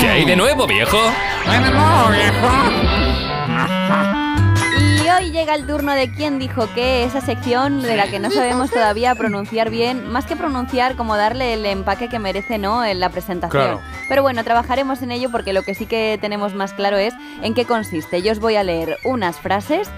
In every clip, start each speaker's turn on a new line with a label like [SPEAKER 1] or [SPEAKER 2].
[SPEAKER 1] ¿Qué hay de nuevo, viejo?
[SPEAKER 2] Y hoy llega el turno de quién dijo qué, esa sección de la que no sabemos todavía pronunciar bien, más que pronunciar, como darle el empaque que merece, ¿no?, en la presentación.
[SPEAKER 3] Claro.
[SPEAKER 2] Pero bueno, trabajaremos en ello porque lo que sí que tenemos más claro es en qué consiste. Yo os voy a leer unas frases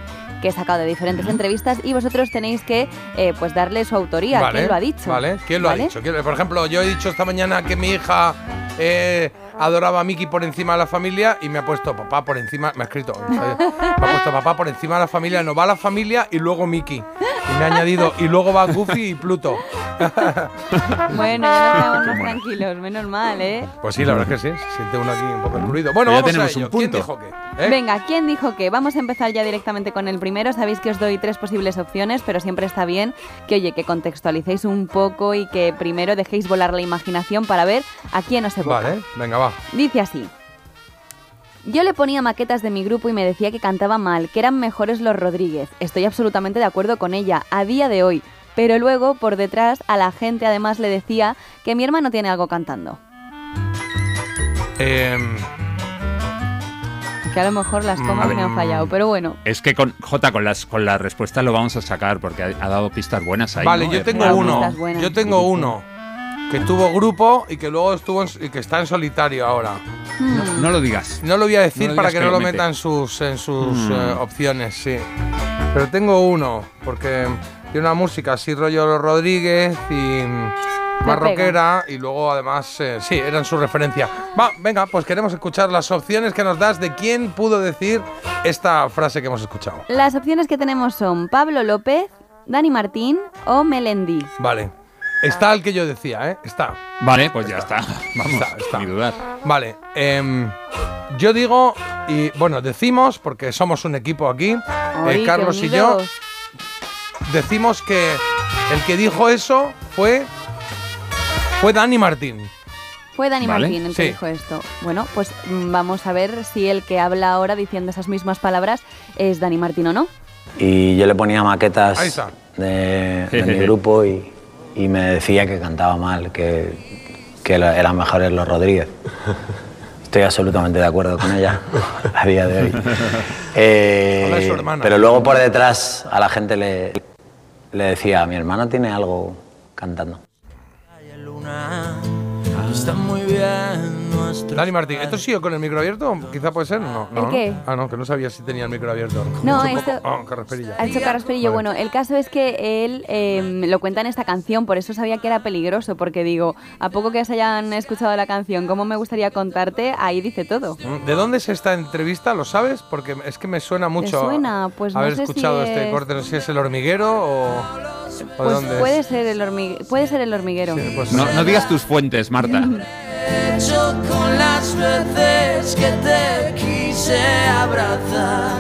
[SPEAKER 2] que he sacado de diferentes entrevistas y vosotros tenéis que eh, pues darle su autoría, quién lo ha dicho.
[SPEAKER 3] Vale, ¿quién lo
[SPEAKER 2] ¿Vale?
[SPEAKER 3] ha dicho? ¿Quién- Por ejemplo, yo he dicho esta mañana que mi hija eh, adoraba a Mickey por encima de la familia y me ha puesto papá por encima, me ha escrito, me ha puesto papá por encima de la familia, no va la familia y luego Mickey. Y me ha añadido, y luego va Goofy y Pluto.
[SPEAKER 2] Bueno, ya nos quedamos más tranquilos, menos mal, ¿eh?
[SPEAKER 3] Pues sí, la verdad es que sí, se siente uno aquí un poco incluido. Bueno,
[SPEAKER 4] Ya
[SPEAKER 3] vamos
[SPEAKER 4] tenemos
[SPEAKER 3] a ello.
[SPEAKER 4] un punto.
[SPEAKER 3] ¿Quién dijo qué? ¿Eh?
[SPEAKER 2] Venga, ¿quién dijo qué? Vamos a empezar ya directamente con el primero. Sabéis que os doy tres posibles opciones, pero siempre está bien que, oye, que contextualicéis un poco y que primero dejéis volar la imaginación para ver a quién os evoca.
[SPEAKER 3] Vale, venga, va.
[SPEAKER 2] Dice así. Yo le ponía maquetas de mi grupo y me decía que cantaba mal, que eran mejores los Rodríguez. Estoy absolutamente de acuerdo con ella, a día de hoy. Pero luego, por detrás, a la gente además le decía que mi hermano tiene algo cantando.
[SPEAKER 3] Em,
[SPEAKER 2] Que a lo mejor
[SPEAKER 3] Mm,
[SPEAKER 2] las comas me han fallado, pero bueno.
[SPEAKER 4] Es que con J con las con las respuestas lo vamos a sacar porque ha, ha dado pistas buenas ahí.
[SPEAKER 3] vale,
[SPEAKER 4] ¿no?
[SPEAKER 3] yo
[SPEAKER 4] Eh,
[SPEAKER 3] tengo
[SPEAKER 2] claro,
[SPEAKER 3] uno.
[SPEAKER 2] estás buena.
[SPEAKER 3] Yo tengo uno que tuvo grupo y que luego estuvo en s- y que está en solitario ahora.
[SPEAKER 4] No, no lo digas.
[SPEAKER 3] No lo voy a decir
[SPEAKER 4] No
[SPEAKER 3] para
[SPEAKER 4] digas
[SPEAKER 3] que,
[SPEAKER 4] que
[SPEAKER 3] no
[SPEAKER 4] lo
[SPEAKER 3] lo
[SPEAKER 4] mete.
[SPEAKER 3] metan sus, en sus
[SPEAKER 4] Mm.
[SPEAKER 3] eh, opciones, sí. Pero tengo uno, porque tiene una música así rollo Los Rodríguez y mm, más
[SPEAKER 2] pega.
[SPEAKER 3] rockera y luego además, eh, sí, eran su referencia. Va, venga, pues queremos escuchar las opciones que nos das de quién pudo decir esta frase que hemos escuchado.
[SPEAKER 2] Las opciones que tenemos son Pablo López, Dani Martín o
[SPEAKER 3] Eh,
[SPEAKER 2] Melendi.
[SPEAKER 3] Vale. Está el que yo decía, ¿eh? Está.
[SPEAKER 4] Vale, pues ya está. Vamos,
[SPEAKER 3] Está, está.
[SPEAKER 4] ni dudar.
[SPEAKER 3] Vale, em, yo digo, y bueno, decimos, porque somos un equipo aquí, eh,
[SPEAKER 2] Ay, qué
[SPEAKER 3] Carlos y yo,
[SPEAKER 2] unidos.
[SPEAKER 3] decimos que el que dijo eso fue, fue Dani Martín.
[SPEAKER 2] Fue Dani
[SPEAKER 4] Vale,
[SPEAKER 2] Martín el que
[SPEAKER 3] sí.
[SPEAKER 2] dijo esto. Bueno, pues mm, vamos a ver si el que habla ahora diciendo esas mismas palabras es Dani Martín o no.
[SPEAKER 5] Y yo le ponía maquetas
[SPEAKER 3] Ahí está.
[SPEAKER 5] de, de mi grupo y, y me decía que cantaba mal, que, que lo- eran mejores los Rodríguez. Estoy absolutamente de acuerdo con ella a día de hoy. Eh,
[SPEAKER 3] Habla de su hermana.
[SPEAKER 5] pero luego por detrás a la gente le, le decía, mi hermana tiene algo cantando.
[SPEAKER 6] Pues,
[SPEAKER 3] Dani Martín, ¿esto sigue con el micro abierto? Quizá puede ser, no. no.
[SPEAKER 2] ¿El qué?
[SPEAKER 3] Ah, no, que no sabía si tenía el micro abierto.
[SPEAKER 2] No,
[SPEAKER 3] Mucho
[SPEAKER 2] esto-
[SPEAKER 3] poco. Ah, qué rasperilla.
[SPEAKER 2] Ha hecho Carlos Perillo.
[SPEAKER 3] Vale.
[SPEAKER 2] Bueno, el caso es que él eh, lo cuenta en esta canción, por eso sabía que era peligroso, porque digo, a poco que se hayan escuchado la canción, ¿cómo me gustaría contarte? Ahí dice todo.
[SPEAKER 3] Mm, ¿De dónde es esta entrevista? ¿Lo sabes? Porque es que me suena mucho
[SPEAKER 2] suena? Pues no
[SPEAKER 3] haber
[SPEAKER 2] sé si
[SPEAKER 3] escuchado este
[SPEAKER 2] es-
[SPEAKER 3] corte. No sé si es el hormiguero o, o de
[SPEAKER 2] Pues
[SPEAKER 3] dónde
[SPEAKER 2] puede
[SPEAKER 3] es.
[SPEAKER 2] ser el hormig- puede ser el hormiguero.
[SPEAKER 3] Sí, pues-
[SPEAKER 4] No, no digas tus fuentes, Marta.
[SPEAKER 6] hecho con las veces que te quise abrazar.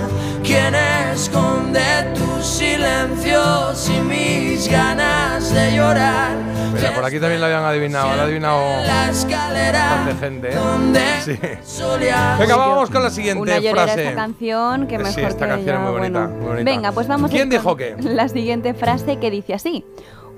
[SPEAKER 6] ¿Quién esconde tus silencios y mis ganas de llorar?
[SPEAKER 3] Mira, por aquí también lo habían adivinado. Lo ha adivinado
[SPEAKER 6] La escalera
[SPEAKER 3] bastante gente, ¿eh?
[SPEAKER 6] donde
[SPEAKER 3] Sí.
[SPEAKER 6] solía
[SPEAKER 3] Venga, vamos con la siguiente
[SPEAKER 2] Una llorera
[SPEAKER 3] frase.
[SPEAKER 2] esta canción, que
[SPEAKER 3] Sí,
[SPEAKER 2] mejor
[SPEAKER 3] esta
[SPEAKER 2] que
[SPEAKER 3] canción
[SPEAKER 2] ya,
[SPEAKER 3] es muy bonita,
[SPEAKER 2] bueno.
[SPEAKER 3] muy bonita.
[SPEAKER 2] Venga, pues vamos a ir
[SPEAKER 3] ¿Quién dijo
[SPEAKER 2] con
[SPEAKER 3] qué?
[SPEAKER 2] La siguiente frase que dice así.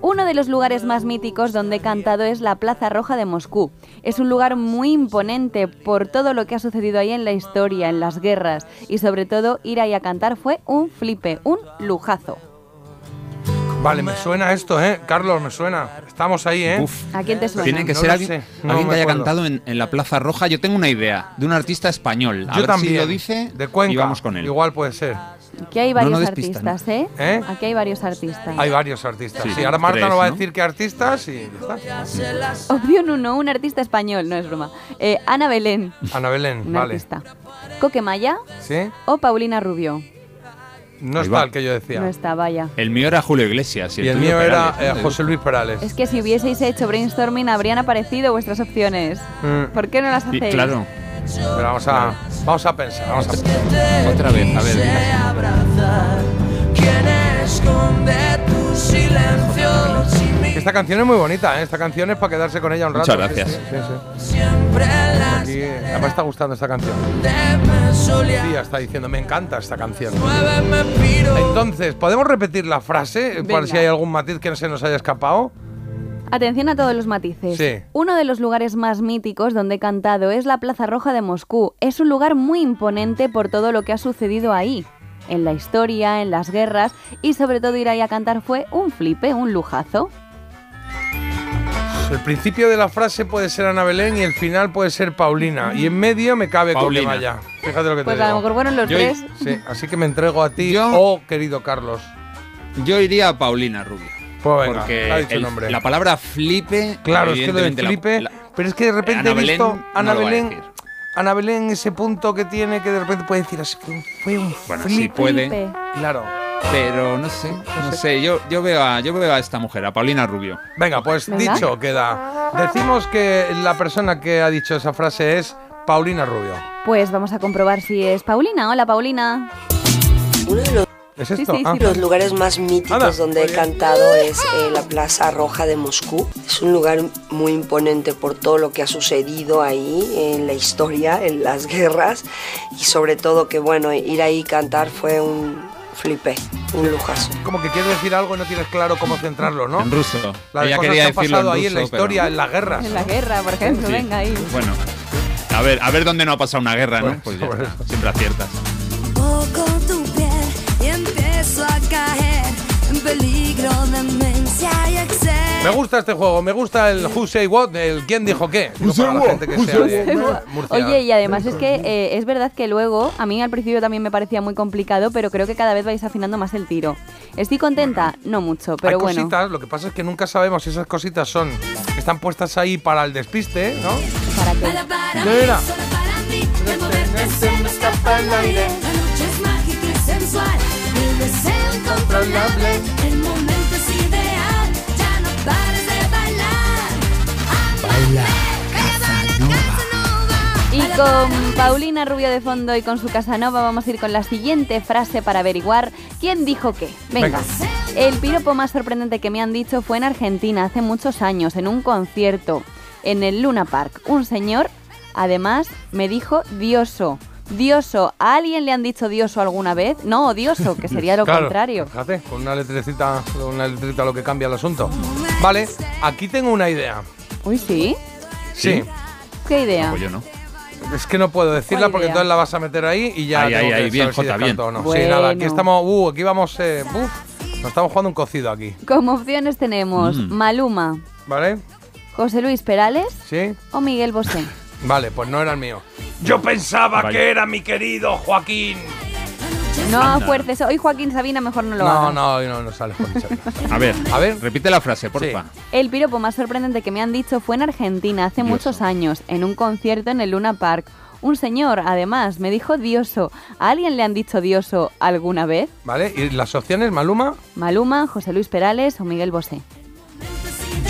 [SPEAKER 2] Uno de los lugares más míticos donde he cantado es la Plaza Roja de Moscú. Es un lugar muy imponente por todo lo que ha sucedido ahí en la historia, en las guerras y sobre todo ir ahí a cantar fue un flipe, un lujazo.
[SPEAKER 3] Vale, me suena esto, ¿eh? Carlos, me suena. Estamos ahí, ¿eh?
[SPEAKER 4] Uf.
[SPEAKER 2] ¿A quién te suena?
[SPEAKER 4] Tiene que
[SPEAKER 3] No
[SPEAKER 4] ser
[SPEAKER 3] lo
[SPEAKER 4] alguien,
[SPEAKER 3] sé, no
[SPEAKER 4] alguien
[SPEAKER 3] me
[SPEAKER 4] que haya
[SPEAKER 3] acuerdo.
[SPEAKER 4] cantado en, en la Plaza Roja. Yo tengo una idea de un artista español. A
[SPEAKER 3] Yo
[SPEAKER 4] ver
[SPEAKER 3] también.
[SPEAKER 4] si lo dice
[SPEAKER 3] de Cuenca.
[SPEAKER 4] y vamos con él.
[SPEAKER 3] Igual puede ser.
[SPEAKER 2] Aquí hay
[SPEAKER 4] No, no
[SPEAKER 2] varios
[SPEAKER 4] despista, ¿no?
[SPEAKER 2] artistas, ¿eh?
[SPEAKER 3] ¿Eh?
[SPEAKER 2] Aquí hay varios artistas.
[SPEAKER 3] Hay varios artistas. Sí,
[SPEAKER 4] Sí,
[SPEAKER 3] ahora Marta
[SPEAKER 4] tres,
[SPEAKER 3] nos va a
[SPEAKER 4] ¿no?
[SPEAKER 3] decir qué artistas y ya está.
[SPEAKER 2] Opción uno, un artista español, no es broma. Eh, Ana Belén,
[SPEAKER 3] Ana Belén,
[SPEAKER 2] una
[SPEAKER 3] vale.
[SPEAKER 2] artista. Coquemaya
[SPEAKER 3] ¿Sí?
[SPEAKER 2] o Paulina Rubio.
[SPEAKER 3] No
[SPEAKER 4] Ahí
[SPEAKER 3] está
[SPEAKER 4] va.
[SPEAKER 3] el que yo decía.
[SPEAKER 2] No está, vaya.
[SPEAKER 4] El mío era Julio Iglesias.
[SPEAKER 3] y el
[SPEAKER 4] tuyo
[SPEAKER 3] mío era
[SPEAKER 4] Perales,
[SPEAKER 3] eh,
[SPEAKER 4] ¿no?
[SPEAKER 3] José Luis Perales.
[SPEAKER 2] Es que si hubieseis hecho brainstorming habrían aparecido vuestras opciones.
[SPEAKER 3] Mm.
[SPEAKER 2] ¿Por qué no las
[SPEAKER 4] Y-
[SPEAKER 2] hacéis?
[SPEAKER 4] claro,
[SPEAKER 3] Pero vamos a, vamos a pensar. Vamos a pensar.
[SPEAKER 4] otra vez. A ver,
[SPEAKER 6] quise abrazar. ¿Quién esconde tus silencios y mis
[SPEAKER 3] Esta canción es muy bonita, ¿eh? Esta canción es para quedarse con ella un rato.
[SPEAKER 4] Muchas
[SPEAKER 3] sí,
[SPEAKER 4] gracias.
[SPEAKER 3] sí, sí, sí.
[SPEAKER 6] siempre las
[SPEAKER 3] Aquí, eh, además está gustando esta canción.
[SPEAKER 6] de me solía.
[SPEAKER 3] Tía está diciendo, me encanta esta canción.
[SPEAKER 6] Nueve me piro.
[SPEAKER 3] Entonces, ¿podemos repetir la frase? Para
[SPEAKER 2] Venga.
[SPEAKER 3] si hay algún matiz que no se nos haya escapado.
[SPEAKER 2] Atención a todos los matices.
[SPEAKER 3] Sí.
[SPEAKER 2] Uno de los lugares más míticos donde he cantado es la Plaza Roja de Moscú. Es un lugar muy imponente por todo lo que ha sucedido ahí. En la historia, en las guerras y sobre todo ir ahí a cantar fue un flipe, un lujazo.
[SPEAKER 3] El principio de la frase puede ser Ana Belén y el final puede ser Paulina. Y en medio me cabe
[SPEAKER 4] Paulina.
[SPEAKER 3] con que vaya. Fíjate lo que
[SPEAKER 2] Pues
[SPEAKER 3] te
[SPEAKER 2] a
[SPEAKER 3] digo.
[SPEAKER 2] lo mejor fueron los
[SPEAKER 4] Yo-
[SPEAKER 2] tres.
[SPEAKER 3] Sí, así que me entrego a ti,
[SPEAKER 4] Yo-
[SPEAKER 3] oh querido Carlos.
[SPEAKER 4] Yo iría a Paulina Rubio.
[SPEAKER 3] Pues venga,
[SPEAKER 4] porque
[SPEAKER 3] ha dicho
[SPEAKER 4] el-
[SPEAKER 3] el nombre.
[SPEAKER 4] la palabra flipe.
[SPEAKER 3] Claro, es que lo del
[SPEAKER 4] evidentemente, la-
[SPEAKER 3] flipe.
[SPEAKER 4] la-
[SPEAKER 3] pero es que de
[SPEAKER 4] Ana
[SPEAKER 3] repente he visto
[SPEAKER 4] Belén
[SPEAKER 3] Ana
[SPEAKER 4] no lo va a
[SPEAKER 3] Belén.
[SPEAKER 4] decir.
[SPEAKER 3] Ana Belén, ese punto que tiene que de repente puede decir así que fue un
[SPEAKER 4] Bueno,
[SPEAKER 3] flipe.
[SPEAKER 4] sí puede,
[SPEAKER 2] Flipe.
[SPEAKER 3] Claro.
[SPEAKER 4] pero no sé, no sé. Yo, yo veo a, yo veo a esta mujer, a Paulina Rubio.
[SPEAKER 3] Venga, pues
[SPEAKER 2] Venga.
[SPEAKER 3] dicho queda. Decimos que la persona que ha dicho esa frase es Paulina Rubio.
[SPEAKER 2] Pues vamos a comprobar si es Paulina. Hola Paulina.
[SPEAKER 1] Uno de los,
[SPEAKER 3] ¿Es
[SPEAKER 2] Sí,
[SPEAKER 3] esto?
[SPEAKER 2] sí, sí,
[SPEAKER 3] Ah.
[SPEAKER 1] los lugares más míticos
[SPEAKER 3] Anda,
[SPEAKER 1] donde
[SPEAKER 3] muy
[SPEAKER 1] he
[SPEAKER 3] bien.
[SPEAKER 1] cantado es eh, la Plaza Roja de Moscú. Es un lugar muy imponente por todo lo que ha sucedido ahí en la historia, en las guerras y sobre todo que bueno, ir ahí a cantar fue un flipé, un lujazo.
[SPEAKER 3] Como que quieres decir algo y no tienes claro cómo centrarlo, ¿no?
[SPEAKER 4] En ruso.
[SPEAKER 3] Las
[SPEAKER 4] Ella
[SPEAKER 3] cosas
[SPEAKER 4] quería
[SPEAKER 3] que han
[SPEAKER 4] decirlo
[SPEAKER 3] pasado
[SPEAKER 4] en
[SPEAKER 3] ahí en la
[SPEAKER 4] ruso,
[SPEAKER 3] historia,
[SPEAKER 4] pero-
[SPEAKER 3] en las guerras.
[SPEAKER 2] En la guerra, por ejemplo.
[SPEAKER 4] Sí.
[SPEAKER 2] Venga ahí.
[SPEAKER 4] Bueno, a ver, a ver dónde no ha pasado una guerra, ¿no? Pues ya está, siempre aciertas.
[SPEAKER 7] Toco tu piel y empiezo a caer en peligro de demencia y
[SPEAKER 3] Me
[SPEAKER 7] exceso.
[SPEAKER 3] gusta este juego, me gusta el Who Say What, el quién dijo qué. Digo, para la gente que sea de Murcia.
[SPEAKER 2] Oye, y además es que eh, es verdad que luego, a mí al principio también me parecía muy complicado, pero creo que cada vez vais afinando más el tiro. Estoy contenta, no mucho, pero
[SPEAKER 3] Hay
[SPEAKER 2] bueno.
[SPEAKER 3] cositas, lo que pasa es que nunca sabemos si esas cositas son están puestas ahí para el despiste, ¿no?
[SPEAKER 2] ¿Para qué?
[SPEAKER 7] Para para
[SPEAKER 3] ¿De
[SPEAKER 7] mí,
[SPEAKER 3] veras?
[SPEAKER 7] solo para ti, de moverte se este- me escapa el aire. La noche es mágica y sensual, el deseo incontrolable, el momento es ideal, ya no pares de bailar. Baila,
[SPEAKER 2] Y con Paulina Rubio de fondo y con su Casanova vamos a ir con la siguiente frase para averiguar quién dijo qué. Venga.
[SPEAKER 3] Venga.
[SPEAKER 2] El piropo más sorprendente que me han dicho fue en Argentina hace muchos años, en un concierto, en el Luna Park. Un señor, además, me dijo dioso. Dioso, ¿a alguien le han dicho dioso alguna vez? No, odioso, que sería lo
[SPEAKER 3] Claro,
[SPEAKER 2] contrario.
[SPEAKER 3] Fíjate, con una letrecita, con una letrita lo que cambia el asunto. Vale, aquí tengo una idea.
[SPEAKER 2] Uy, sí.
[SPEAKER 3] Sí.
[SPEAKER 4] ¿Sí?
[SPEAKER 2] ¿Qué idea?
[SPEAKER 4] Pues yo no.
[SPEAKER 3] Es que no puedo decirla
[SPEAKER 2] Buena
[SPEAKER 3] porque
[SPEAKER 2] idea.
[SPEAKER 3] entonces la vas a meter ahí y ya
[SPEAKER 4] Ahí,
[SPEAKER 3] tengo
[SPEAKER 4] ahí,
[SPEAKER 3] que
[SPEAKER 4] ahí,
[SPEAKER 3] saber
[SPEAKER 4] bien,
[SPEAKER 3] si
[SPEAKER 4] Jota,
[SPEAKER 3] descarto
[SPEAKER 4] bien.
[SPEAKER 3] o no. Sí,
[SPEAKER 2] Bueno.
[SPEAKER 3] nada, aquí estamos, uh, aquí vamos, eh, buf, nos estamos jugando un cocido aquí,
[SPEAKER 2] Como opciones tenemos
[SPEAKER 4] Mm.
[SPEAKER 2] Maluma,
[SPEAKER 3] ¿vale?
[SPEAKER 2] José Luis Perales
[SPEAKER 3] ¿Sí?
[SPEAKER 2] o Miguel Bosé.
[SPEAKER 3] Vale, pues no era el mío. Yo pensaba
[SPEAKER 4] Vaya.
[SPEAKER 3] que era mi querido Joaquín.
[SPEAKER 2] No
[SPEAKER 4] Anda.
[SPEAKER 2] fuertes. Hoy Joaquín Sabina mejor no lo
[SPEAKER 3] No,
[SPEAKER 2] haga.
[SPEAKER 3] no, hoy no, no sale Joaquín Sabina.
[SPEAKER 4] A ver,
[SPEAKER 3] A ver.
[SPEAKER 4] repite la frase, porfa.
[SPEAKER 3] Sí.
[SPEAKER 2] El piropo más sorprendente que me han dicho fue en Argentina hace
[SPEAKER 4] Dioso.
[SPEAKER 2] muchos años, en un concierto en el Luna Park. Un señor, además, me dijo dioso. ¿A alguien le han dicho dioso alguna vez?
[SPEAKER 3] ¿Vale? ¿Y las opciones, Maluma?
[SPEAKER 2] Maluma, José Luis Perales o Miguel Bosé.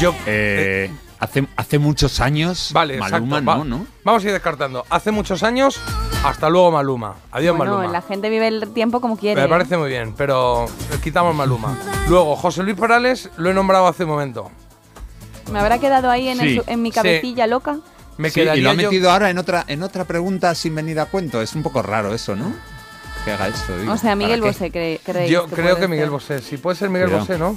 [SPEAKER 3] Yo.
[SPEAKER 4] Eh, hace, hace muchos años,
[SPEAKER 3] vale,
[SPEAKER 4] Maluma
[SPEAKER 3] exacto. va-
[SPEAKER 4] no, ¿no?
[SPEAKER 3] Vamos a ir descartando. Hace muchos años, hasta luego Maluma. Adiós,
[SPEAKER 2] bueno,
[SPEAKER 3] Maluma.
[SPEAKER 2] la gente vive el tiempo como quiere.
[SPEAKER 3] Me parece muy bien, pero quitamos Maluma. Luego, José Luis Perales lo he nombrado hace un momento.
[SPEAKER 2] Me habrá quedado ahí en, el
[SPEAKER 4] Sí.
[SPEAKER 2] su- en mi
[SPEAKER 3] Sí.
[SPEAKER 2] cabecilla loca.
[SPEAKER 3] Me
[SPEAKER 4] Sí,
[SPEAKER 3] quedaría
[SPEAKER 4] y lo ha
[SPEAKER 3] yo-
[SPEAKER 4] metido ahora en otra, en otra pregunta sin venir a cuento. Es un poco raro eso, ¿no? Que haga esto. digo,
[SPEAKER 2] O sea, Miguel
[SPEAKER 4] ¿para qué?
[SPEAKER 2] Bosé cree, creéis
[SPEAKER 3] Yo creo
[SPEAKER 2] puede
[SPEAKER 3] que Miguel
[SPEAKER 2] ser.
[SPEAKER 3] Bosé. Si puede ser Miguel
[SPEAKER 4] Cuidado.
[SPEAKER 3] Bosé, ¿no?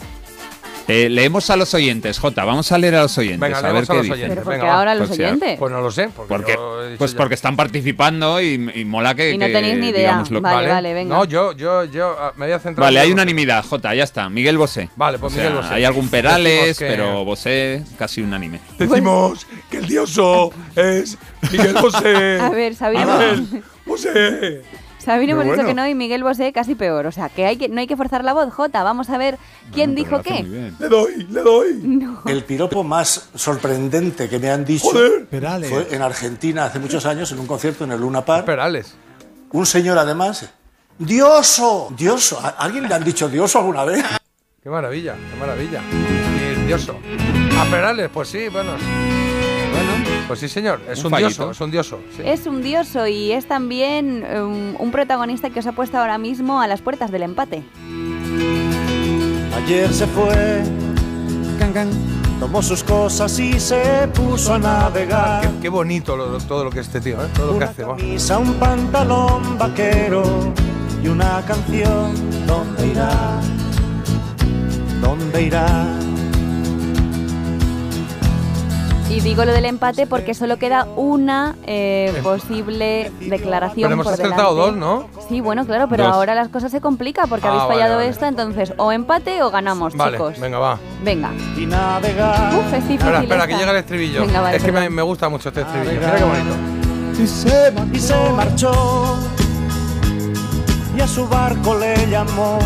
[SPEAKER 4] Eh, leemos a los oyentes, Jota. Vamos a leer a los oyentes.
[SPEAKER 3] Venga,
[SPEAKER 4] a ver
[SPEAKER 3] leemos a
[SPEAKER 4] qué
[SPEAKER 3] los
[SPEAKER 4] dicen.
[SPEAKER 3] oyentes.
[SPEAKER 2] Pero porque
[SPEAKER 3] Venga, va.
[SPEAKER 2] ahora los
[SPEAKER 4] Pues ya.
[SPEAKER 2] oyentes.
[SPEAKER 3] Pues no lo sé. Porque
[SPEAKER 4] Porque,
[SPEAKER 3] yo he dicho
[SPEAKER 4] pues
[SPEAKER 3] ya.
[SPEAKER 4] porque están participando y, y mola que.
[SPEAKER 2] Y no
[SPEAKER 4] que
[SPEAKER 2] tenéis ni idea.
[SPEAKER 4] digamos lo-
[SPEAKER 2] Vale, vale, venga.
[SPEAKER 3] No, yo, yo, yo ah, me voy a centrar.
[SPEAKER 4] Vale,
[SPEAKER 3] en
[SPEAKER 4] hay
[SPEAKER 3] Miguel
[SPEAKER 4] unanimidad, Jota, ya está. Miguel Bosé.
[SPEAKER 3] Vale, pues Miguel Bosé.
[SPEAKER 4] Hay algún Perales,
[SPEAKER 3] Decimos que-
[SPEAKER 4] pero Bosé casi unánime.
[SPEAKER 3] Bosé. Decimos que el dioso es Miguel Bosé.
[SPEAKER 2] A ver, Sabina,
[SPEAKER 3] Miguel Bosé.
[SPEAKER 2] Sabino hemos
[SPEAKER 4] Pero
[SPEAKER 2] dicho que
[SPEAKER 4] bueno.
[SPEAKER 2] no y Miguel Bosé casi peor. O sea, que, hay que no hay que forzar la voz, Jota. Vamos a ver quién dijo qué.
[SPEAKER 3] Le doy, le doy.
[SPEAKER 8] El piropo más sorprendente que me han dicho
[SPEAKER 3] Joder.
[SPEAKER 8] fue en Argentina hace muchos años en un concierto en el Luna Park.
[SPEAKER 3] Perales.
[SPEAKER 8] Un señor además, Dioso, Dioso. ¿A alguien le han dicho Dioso alguna vez?
[SPEAKER 3] Qué maravilla, qué maravilla. Y el dioso. A Perales, pues sí, bueno.
[SPEAKER 4] Bueno,
[SPEAKER 3] Pues sí, señor. Es un,
[SPEAKER 4] Un fallito.
[SPEAKER 3] dioso, es un dioso. sí.
[SPEAKER 2] Es un dioso y es también eh, un, un protagonista que os ha puesto ahora mismo a las puertas del empate.
[SPEAKER 8] Ayer se fue, tomó sus cosas y se puso a navegar.
[SPEAKER 3] Qué, qué bonito lo- lo- todo lo que este tío, ¿eh? todo lo que hace. va.
[SPEAKER 8] camisa, un pantalón vaquero y una canción. ¿Dónde irá? ¿Dónde irá?
[SPEAKER 2] Y digo lo del empate porque solo queda una eh, posible declaración.
[SPEAKER 3] Em. Pero hemos
[SPEAKER 2] por
[SPEAKER 3] acertado
[SPEAKER 2] delante.
[SPEAKER 3] dos, ¿no?
[SPEAKER 2] Sí, bueno, claro, pero
[SPEAKER 3] Dos.
[SPEAKER 2] ahora las cosas se complican porque
[SPEAKER 3] Ah,
[SPEAKER 2] habéis
[SPEAKER 3] vale,
[SPEAKER 2] fallado
[SPEAKER 3] vale.
[SPEAKER 2] esta, entonces o empate o ganamos,
[SPEAKER 3] Vale,
[SPEAKER 2] chicos.
[SPEAKER 3] venga, va.
[SPEAKER 2] Venga.
[SPEAKER 8] y navegar.
[SPEAKER 2] Uf, es difícil.
[SPEAKER 3] Espera, espera,
[SPEAKER 2] esta.
[SPEAKER 3] que llega el estribillo.
[SPEAKER 2] Venga, Ah, vale,
[SPEAKER 3] es que me,
[SPEAKER 2] perdón.
[SPEAKER 3] me gusta mucho este estribillo.
[SPEAKER 8] Navegar.
[SPEAKER 3] Mira qué bonito.
[SPEAKER 4] Y se
[SPEAKER 8] Y se marchó y a su barco le llamó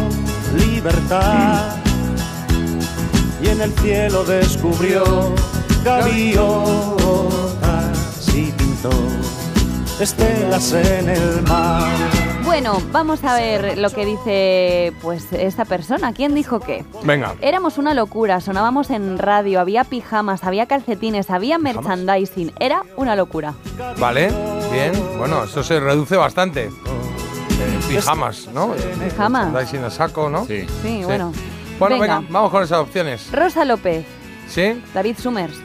[SPEAKER 8] libertad. Y en el cielo descubrió gaviotas y pintó estelas en el mar.
[SPEAKER 2] Bueno, vamos a ver lo que dice pues esta persona. ¿Quién dijo qué?
[SPEAKER 3] Venga.
[SPEAKER 2] Éramos una locura, sonábamos en radio, había pijamas, había calcetines, había
[SPEAKER 3] ¿Pijamas?
[SPEAKER 2] merchandising. Era una locura.
[SPEAKER 3] Vale, bien. Bueno, eso se reduce bastante. Eh, pijamas, ¿no?
[SPEAKER 2] Pijamas.
[SPEAKER 3] Estáis sin el saco, ¿no?
[SPEAKER 4] Sí.
[SPEAKER 2] Sí, bueno.
[SPEAKER 3] Bueno, venga.
[SPEAKER 2] Venga.
[SPEAKER 3] vamos con esas opciones.
[SPEAKER 2] Rosa López,
[SPEAKER 3] ¿Sí?
[SPEAKER 2] David Summers.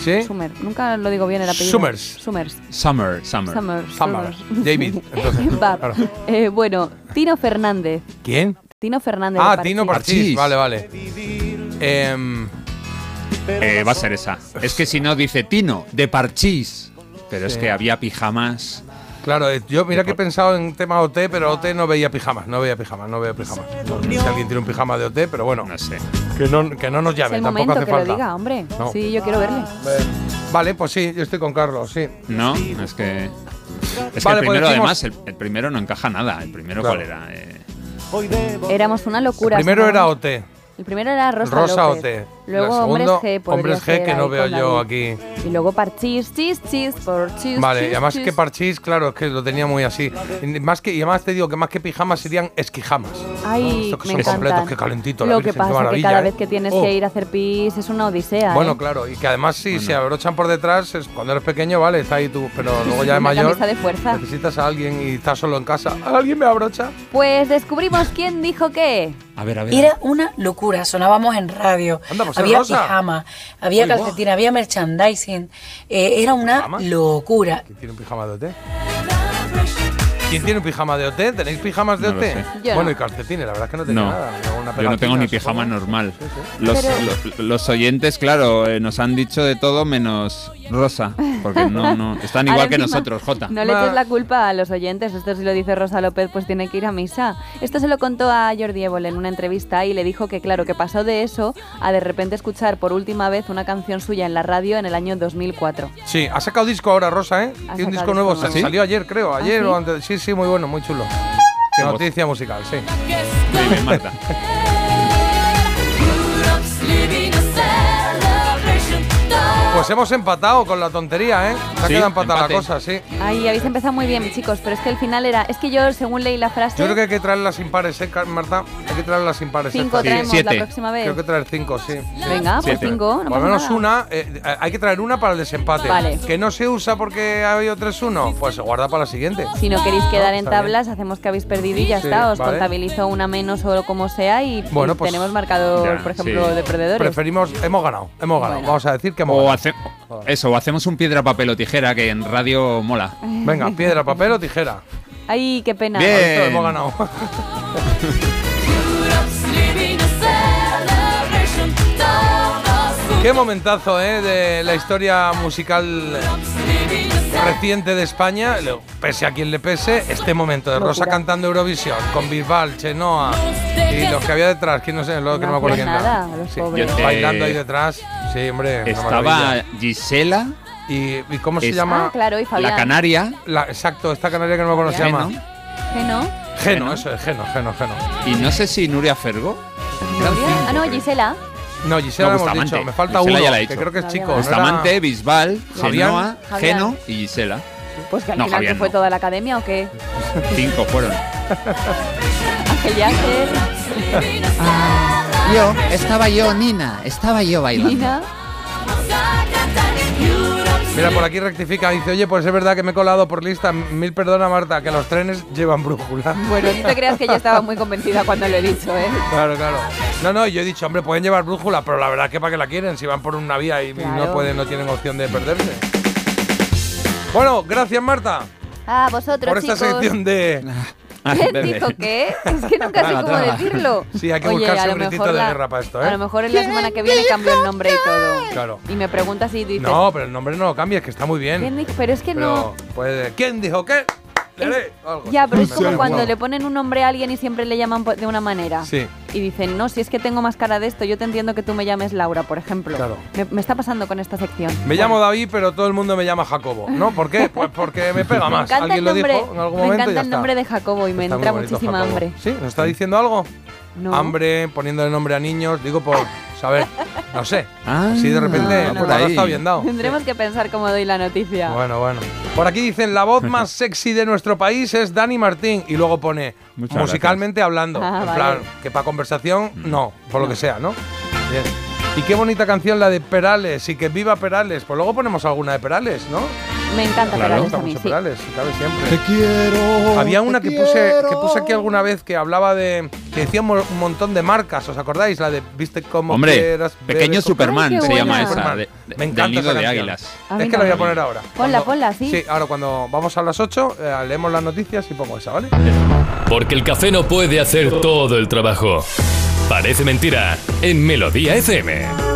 [SPEAKER 3] ¿Sí?
[SPEAKER 2] Summer, nunca lo digo bien el apellido.
[SPEAKER 3] Summers.
[SPEAKER 2] Summers.
[SPEAKER 4] Summer, summer.
[SPEAKER 2] Summers.
[SPEAKER 3] Summer. David. Entonces,
[SPEAKER 2] Bab.
[SPEAKER 3] claro.
[SPEAKER 2] Eh, bueno, Tino Fernández.
[SPEAKER 3] ¿Quién?
[SPEAKER 2] Tino Fernández. de
[SPEAKER 3] Ah,
[SPEAKER 2] Parchís.
[SPEAKER 3] Tino Parchís.
[SPEAKER 4] Parchís.
[SPEAKER 3] Vale, vale. Em,
[SPEAKER 4] Eh, va a ser esa. Es que si no dice Tino, de Parchís. Pero es
[SPEAKER 3] Sí.
[SPEAKER 4] que había pijamas.
[SPEAKER 3] claro, eh, yo mira que he pensado en tema OT, pero OT no veía pijamas, no veía pijamas, no veía pijamas. No sé si alguien tiene un pijama de OT, pero bueno,
[SPEAKER 4] No sé.
[SPEAKER 3] que no, que no nos
[SPEAKER 2] Es
[SPEAKER 3] llame,
[SPEAKER 2] el
[SPEAKER 3] tampoco
[SPEAKER 2] momento
[SPEAKER 3] hace
[SPEAKER 2] que
[SPEAKER 3] falta.
[SPEAKER 2] lo diga, hombre.
[SPEAKER 3] No.
[SPEAKER 2] Sí, yo quiero verle.
[SPEAKER 3] Vale, pues sí, yo estoy con Carlos, sí.
[SPEAKER 4] No, es que. Es
[SPEAKER 3] Vale, pues
[SPEAKER 4] que el primero,
[SPEAKER 3] decimos-
[SPEAKER 4] además, el, el primero no encaja nada. ¿El primero
[SPEAKER 3] Claro.
[SPEAKER 4] cuál era? Eh,
[SPEAKER 8] Hoy debo
[SPEAKER 2] Éramos una
[SPEAKER 3] El
[SPEAKER 2] locura.
[SPEAKER 3] primero era
[SPEAKER 2] sonábamos-
[SPEAKER 3] OT,
[SPEAKER 2] El primero era Rosa,
[SPEAKER 3] Rosa
[SPEAKER 2] López.
[SPEAKER 3] OT.
[SPEAKER 2] Luego
[SPEAKER 3] La
[SPEAKER 2] Hombres
[SPEAKER 3] segundo,
[SPEAKER 2] G. podría
[SPEAKER 3] Hombres G,
[SPEAKER 2] ser
[SPEAKER 3] que no
[SPEAKER 2] ahí
[SPEAKER 3] veo
[SPEAKER 2] con
[SPEAKER 3] yo
[SPEAKER 2] David.
[SPEAKER 3] aquí.
[SPEAKER 2] Y luego Parchís, chis, chis, por chis.
[SPEAKER 3] Vale, y
[SPEAKER 2] chis,
[SPEAKER 3] además
[SPEAKER 2] chis.
[SPEAKER 3] que Parchís, claro, es que lo tenía muy así. Y Más que, y además te digo que más que pijamas serían esquijamas.
[SPEAKER 2] Ay,
[SPEAKER 3] Estos que
[SPEAKER 2] me
[SPEAKER 3] son
[SPEAKER 2] encantan.
[SPEAKER 3] completos, qué calentito, la
[SPEAKER 2] Lo
[SPEAKER 3] Virgen,
[SPEAKER 2] que
[SPEAKER 3] qué
[SPEAKER 2] pasa es que
[SPEAKER 3] maravilla,
[SPEAKER 2] cada
[SPEAKER 3] ¿eh?
[SPEAKER 2] vez que tienes
[SPEAKER 3] Oh.
[SPEAKER 2] que ir a hacer pis es una odisea.
[SPEAKER 3] Bueno,
[SPEAKER 2] ¿eh?
[SPEAKER 3] claro, y que además si se abrochan por detrás, es- cuando eres pequeño, vale, está ahí tú, pero luego ya de
[SPEAKER 2] Una
[SPEAKER 3] mayor
[SPEAKER 2] camisa de fuerza.
[SPEAKER 3] necesitas a alguien y estás solo en casa. ¿Alguien me abrocha?
[SPEAKER 2] Pues descubrimos quién dijo qué.
[SPEAKER 4] a ver, a ver.
[SPEAKER 9] Era una locura, sonábamos en radio,
[SPEAKER 3] Anda, pues,
[SPEAKER 9] había
[SPEAKER 3] Rosa.
[SPEAKER 9] pijama, había
[SPEAKER 3] Uy, guau.
[SPEAKER 9] calcetín, había merchandising, eh, era una
[SPEAKER 3] ¿Pijama?
[SPEAKER 9] locura.
[SPEAKER 3] ¿Quién tiene un pijama de OT? ¿Quién tiene un pijama de OT? ¿Tenéis pijamas de
[SPEAKER 4] No lo
[SPEAKER 3] OT?
[SPEAKER 4] sé.
[SPEAKER 2] Yo
[SPEAKER 3] bueno,
[SPEAKER 2] no.
[SPEAKER 3] y calcetines, la verdad es que no tengo
[SPEAKER 4] No,
[SPEAKER 3] nada. una
[SPEAKER 4] yo no tengo
[SPEAKER 3] pegatina,
[SPEAKER 4] ni pijama
[SPEAKER 3] supongo.
[SPEAKER 4] normal. Los, lo- los oyentes, claro, eh, nos han dicho de todo menos Rosa, porque no, no están igual
[SPEAKER 2] Ahora
[SPEAKER 4] que
[SPEAKER 2] encima,
[SPEAKER 4] nosotros, Jota.
[SPEAKER 2] No le
[SPEAKER 3] Ma-
[SPEAKER 2] eches la culpa a los oyentes. Esto si lo dice Rosa López, pues tiene que ir a misa. Esto se lo contó a Jordi Évole en una entrevista y le dijo que, claro, que pasó de eso a de repente escuchar por última vez una canción suya en la radio en el año 2004.
[SPEAKER 3] Sí, ha sacado disco ahora Rosa,
[SPEAKER 2] Ha
[SPEAKER 3] ¿eh? Tiene un
[SPEAKER 2] sacado
[SPEAKER 3] disco
[SPEAKER 2] disco
[SPEAKER 3] nuevo,
[SPEAKER 2] nuevo.
[SPEAKER 3] sal- salió ayer, creo, ayer
[SPEAKER 2] sí?
[SPEAKER 3] o antes. Sí, sí, muy bueno, muy chulo.
[SPEAKER 4] Qué voz.
[SPEAKER 3] Noticia musical, sí.
[SPEAKER 4] Muy bien, Marta.
[SPEAKER 3] Pues hemos empatado con la tontería, ¿eh? Se ha
[SPEAKER 4] Sí,
[SPEAKER 3] quedado empatada
[SPEAKER 4] empate.
[SPEAKER 3] la cosa, sí.
[SPEAKER 2] Ahí habéis empezado muy bien, chicos, pero es que el final era. Es que yo, según leí la frase,
[SPEAKER 3] Yo creo que hay que traer las impares, ¿eh, Car- Marta? Hay que traer las impares.
[SPEAKER 2] cinco
[SPEAKER 3] estas.
[SPEAKER 4] Sí,
[SPEAKER 2] traemos
[SPEAKER 4] siete.
[SPEAKER 2] la próxima vez.
[SPEAKER 3] Creo que traer cinco, sí.
[SPEAKER 2] Venga, pues
[SPEAKER 4] Siete.
[SPEAKER 2] cinco. no
[SPEAKER 3] Por
[SPEAKER 2] pasa
[SPEAKER 3] lo menos
[SPEAKER 2] nada.
[SPEAKER 3] una, eh, eh, hay que traer una para el desempate.
[SPEAKER 2] Vale.
[SPEAKER 3] Que no se usa porque ha habido 3-1, pues se guarda para la siguiente.
[SPEAKER 2] Si no queréis quedar en
[SPEAKER 3] Ah, está bien.
[SPEAKER 2] tablas, hacemos que habéis perdido y ya
[SPEAKER 3] Sí,
[SPEAKER 2] está. Os
[SPEAKER 3] vale.
[SPEAKER 2] contabilizo una menos o como sea y
[SPEAKER 3] Bueno,
[SPEAKER 2] y
[SPEAKER 3] pues-
[SPEAKER 2] tenemos marcador,
[SPEAKER 4] Ya,
[SPEAKER 2] por ejemplo,
[SPEAKER 4] sí.
[SPEAKER 2] de perdedores.
[SPEAKER 3] Preferimos, hemos ganado, hemos ganado.
[SPEAKER 2] Bueno.
[SPEAKER 3] Vamos a decir que hemos
[SPEAKER 4] O
[SPEAKER 3] ganado.
[SPEAKER 4] hace- eso, o hacemos un piedra, papel o tijera, que en radio mola.
[SPEAKER 3] Venga, piedra, papel o tijera.
[SPEAKER 2] Ay, qué pena.
[SPEAKER 4] Bien.
[SPEAKER 3] Esto hemos ganado. Qué momentazo, ¿eh? De la historia musical reciente de España. Le- Pese a quien le pese, este momento de Rosa
[SPEAKER 2] Locura.
[SPEAKER 3] cantando Eurovisión con Bisbal, Chenoa y los que había detrás, que no sé, lo que no me
[SPEAKER 2] No
[SPEAKER 3] acuerdo
[SPEAKER 2] hacían
[SPEAKER 3] quién era.
[SPEAKER 2] nada, los
[SPEAKER 3] Sí,
[SPEAKER 2] pobres.
[SPEAKER 4] Yo-
[SPEAKER 3] bailando
[SPEAKER 4] eh,
[SPEAKER 3] ahí detrás. Sí, hombre. una maravilla.
[SPEAKER 4] Estaba Gisela,
[SPEAKER 3] ¿Y, y cómo se
[SPEAKER 4] Es-
[SPEAKER 3] llama?
[SPEAKER 2] Ah, claro, y Fabián.
[SPEAKER 4] la canaria,
[SPEAKER 3] La- exacto, esta canaria que no me acuerdo cómo se
[SPEAKER 4] Geno,
[SPEAKER 3] llama.
[SPEAKER 2] ¿Que no?
[SPEAKER 3] Geno,
[SPEAKER 4] Geno.
[SPEAKER 3] eso es, Geno, Geno, Geno.
[SPEAKER 4] y no sé si Nuria Fergo. Eran cinco,
[SPEAKER 2] Ah, no,
[SPEAKER 4] creo.
[SPEAKER 2] Gisela.
[SPEAKER 3] No, Gisela
[SPEAKER 4] No,
[SPEAKER 3] lo hemos dicho,
[SPEAKER 4] Bustamante.
[SPEAKER 3] me falta
[SPEAKER 4] Gisela ya
[SPEAKER 3] uno,
[SPEAKER 4] la he
[SPEAKER 3] que
[SPEAKER 4] dicho.
[SPEAKER 3] creo que es
[SPEAKER 2] No,
[SPEAKER 3] chico.
[SPEAKER 2] ya
[SPEAKER 3] ¿no
[SPEAKER 2] la he
[SPEAKER 3] era?
[SPEAKER 4] Bustamante, Bisbal,
[SPEAKER 3] Javián.
[SPEAKER 4] Genoa,
[SPEAKER 2] Javián.
[SPEAKER 4] Geno y Gisela.
[SPEAKER 2] Pues que al
[SPEAKER 4] No,
[SPEAKER 2] final
[SPEAKER 4] Javián
[SPEAKER 2] que fue
[SPEAKER 4] no.
[SPEAKER 2] toda la academia o qué?
[SPEAKER 4] Cinco fueron.
[SPEAKER 2] Ángel Yacer,
[SPEAKER 10] Ah, Yo, estaba yo, Nina, estaba yo bailando.
[SPEAKER 2] Nina.
[SPEAKER 3] Mira, por aquí rectifica, dice, oye, pues es verdad que me he colado por lista. Mil perdona, Marta, que los trenes llevan brújula.
[SPEAKER 2] Bueno, no te creas que yo estaba muy convencida cuando lo he dicho, ¿eh?
[SPEAKER 3] Claro, claro. No, no, yo he dicho, hombre, pueden llevar brújula, pero la verdad es que para qué la quieren, si van por una vía y y no
[SPEAKER 2] Claro.
[SPEAKER 3] pueden, no tienen opción de perderse. Bueno, gracias Marta
[SPEAKER 2] Ah, vosotros,
[SPEAKER 3] por esta
[SPEAKER 2] chicos.
[SPEAKER 3] sección de
[SPEAKER 4] Ah,
[SPEAKER 2] ¿Qué dijo qué? Es que nunca sé
[SPEAKER 3] Traga,
[SPEAKER 2] cómo
[SPEAKER 3] traga.
[SPEAKER 2] decirlo.
[SPEAKER 3] Sí, hay que
[SPEAKER 2] Oye,
[SPEAKER 3] buscarse
[SPEAKER 2] a lo
[SPEAKER 3] un gritito
[SPEAKER 2] mejor
[SPEAKER 3] de
[SPEAKER 2] la-
[SPEAKER 3] guerra para esto, ¿eh?
[SPEAKER 2] A lo mejor en la semana que viene cambio el nombre y todo.
[SPEAKER 3] Claro.
[SPEAKER 2] Y me preguntas si dices.
[SPEAKER 3] No, pero el nombre no lo cambies, que está muy
[SPEAKER 2] ¿quién
[SPEAKER 3] bien.
[SPEAKER 2] dijo? Pero es que no.
[SPEAKER 3] Pero, pues, ¿quién dijo qué? Le haré algo.
[SPEAKER 2] Ya, pero es
[SPEAKER 3] Sí,
[SPEAKER 2] como cuando
[SPEAKER 3] guau.
[SPEAKER 2] le ponen un nombre a alguien y siempre le llaman po- de una manera.
[SPEAKER 3] Sí.
[SPEAKER 2] Y dicen, no, si es que tengo más cara de esto, yo te entiendo que tú me llames Laura, por ejemplo.
[SPEAKER 3] Claro.
[SPEAKER 2] Me, me está pasando con esta sección.
[SPEAKER 3] Me llamo David, pero todo el mundo me llama Jacobo. ¿No? ¿Por qué? Pues porque me pega
[SPEAKER 2] Me
[SPEAKER 3] más.
[SPEAKER 2] encanta
[SPEAKER 3] Alguien
[SPEAKER 2] el
[SPEAKER 3] lo dijo
[SPEAKER 2] nombre,
[SPEAKER 3] en algún
[SPEAKER 2] me
[SPEAKER 3] momento y
[SPEAKER 2] encanta
[SPEAKER 3] ya
[SPEAKER 2] el
[SPEAKER 3] está.
[SPEAKER 2] nombre de Jacobo y me
[SPEAKER 3] Está muy
[SPEAKER 2] entra
[SPEAKER 3] bonito,
[SPEAKER 2] muchísima
[SPEAKER 3] Jacobo.
[SPEAKER 2] hambre.
[SPEAKER 3] ¿Sí? ¿Nos está diciendo algo?
[SPEAKER 2] No.
[SPEAKER 3] Hambre, poniéndole nombre a niños, digo por saber, no sé. Así de repente,
[SPEAKER 2] Ah,
[SPEAKER 3] por
[SPEAKER 2] no.
[SPEAKER 3] ahí. está bien dado.
[SPEAKER 2] Tendremos que pensar cómo doy la noticia.
[SPEAKER 3] Bueno, bueno. Por aquí dicen, la voz más sexy de nuestro país es Dani Martín. Y luego pone,
[SPEAKER 4] Muchas
[SPEAKER 3] musicalmente hablando.
[SPEAKER 2] Ah,
[SPEAKER 3] en
[SPEAKER 2] vale.
[SPEAKER 3] plan, que para conversación, no, por lo que sea, ¿no? Bien. Y qué bonita canción la de Perales y que viva Perales. Pues luego ponemos alguna de Perales, ¿no?
[SPEAKER 2] Me encanta
[SPEAKER 3] Claro,
[SPEAKER 2] Perales
[SPEAKER 3] está
[SPEAKER 2] a mí,
[SPEAKER 3] mucho
[SPEAKER 2] sí.
[SPEAKER 3] Perales, cabe siempre.
[SPEAKER 4] Te quiero.
[SPEAKER 3] Había una
[SPEAKER 4] te
[SPEAKER 3] que puse,
[SPEAKER 4] quiero.
[SPEAKER 3] que puse aquí alguna vez que hablaba de. que decía un mo- un montón de marcas, ¿os acordáis? La de viste como
[SPEAKER 4] Hombre,
[SPEAKER 3] quieras, bebe
[SPEAKER 4] Pequeño
[SPEAKER 3] como-
[SPEAKER 4] Superman
[SPEAKER 2] Ay, qué
[SPEAKER 4] se llama
[SPEAKER 2] buena.
[SPEAKER 4] esa.
[SPEAKER 3] Superman.
[SPEAKER 4] De, de-
[SPEAKER 3] Me
[SPEAKER 4] del
[SPEAKER 3] encanta
[SPEAKER 4] nido
[SPEAKER 3] esa
[SPEAKER 4] de
[SPEAKER 3] canción.
[SPEAKER 4] águilas.
[SPEAKER 2] A mí
[SPEAKER 3] Es que la voy a
[SPEAKER 2] también.
[SPEAKER 3] poner ahora.
[SPEAKER 2] Ponla,
[SPEAKER 3] Cuando-
[SPEAKER 2] ponla, sí.
[SPEAKER 3] Sí, ahora cuando vamos a las 8, eh, leemos las noticias y pongo esa, ¿vale?
[SPEAKER 11] Porque el café no puede hacer todo el trabajo. Parece mentira. En Melodía FM.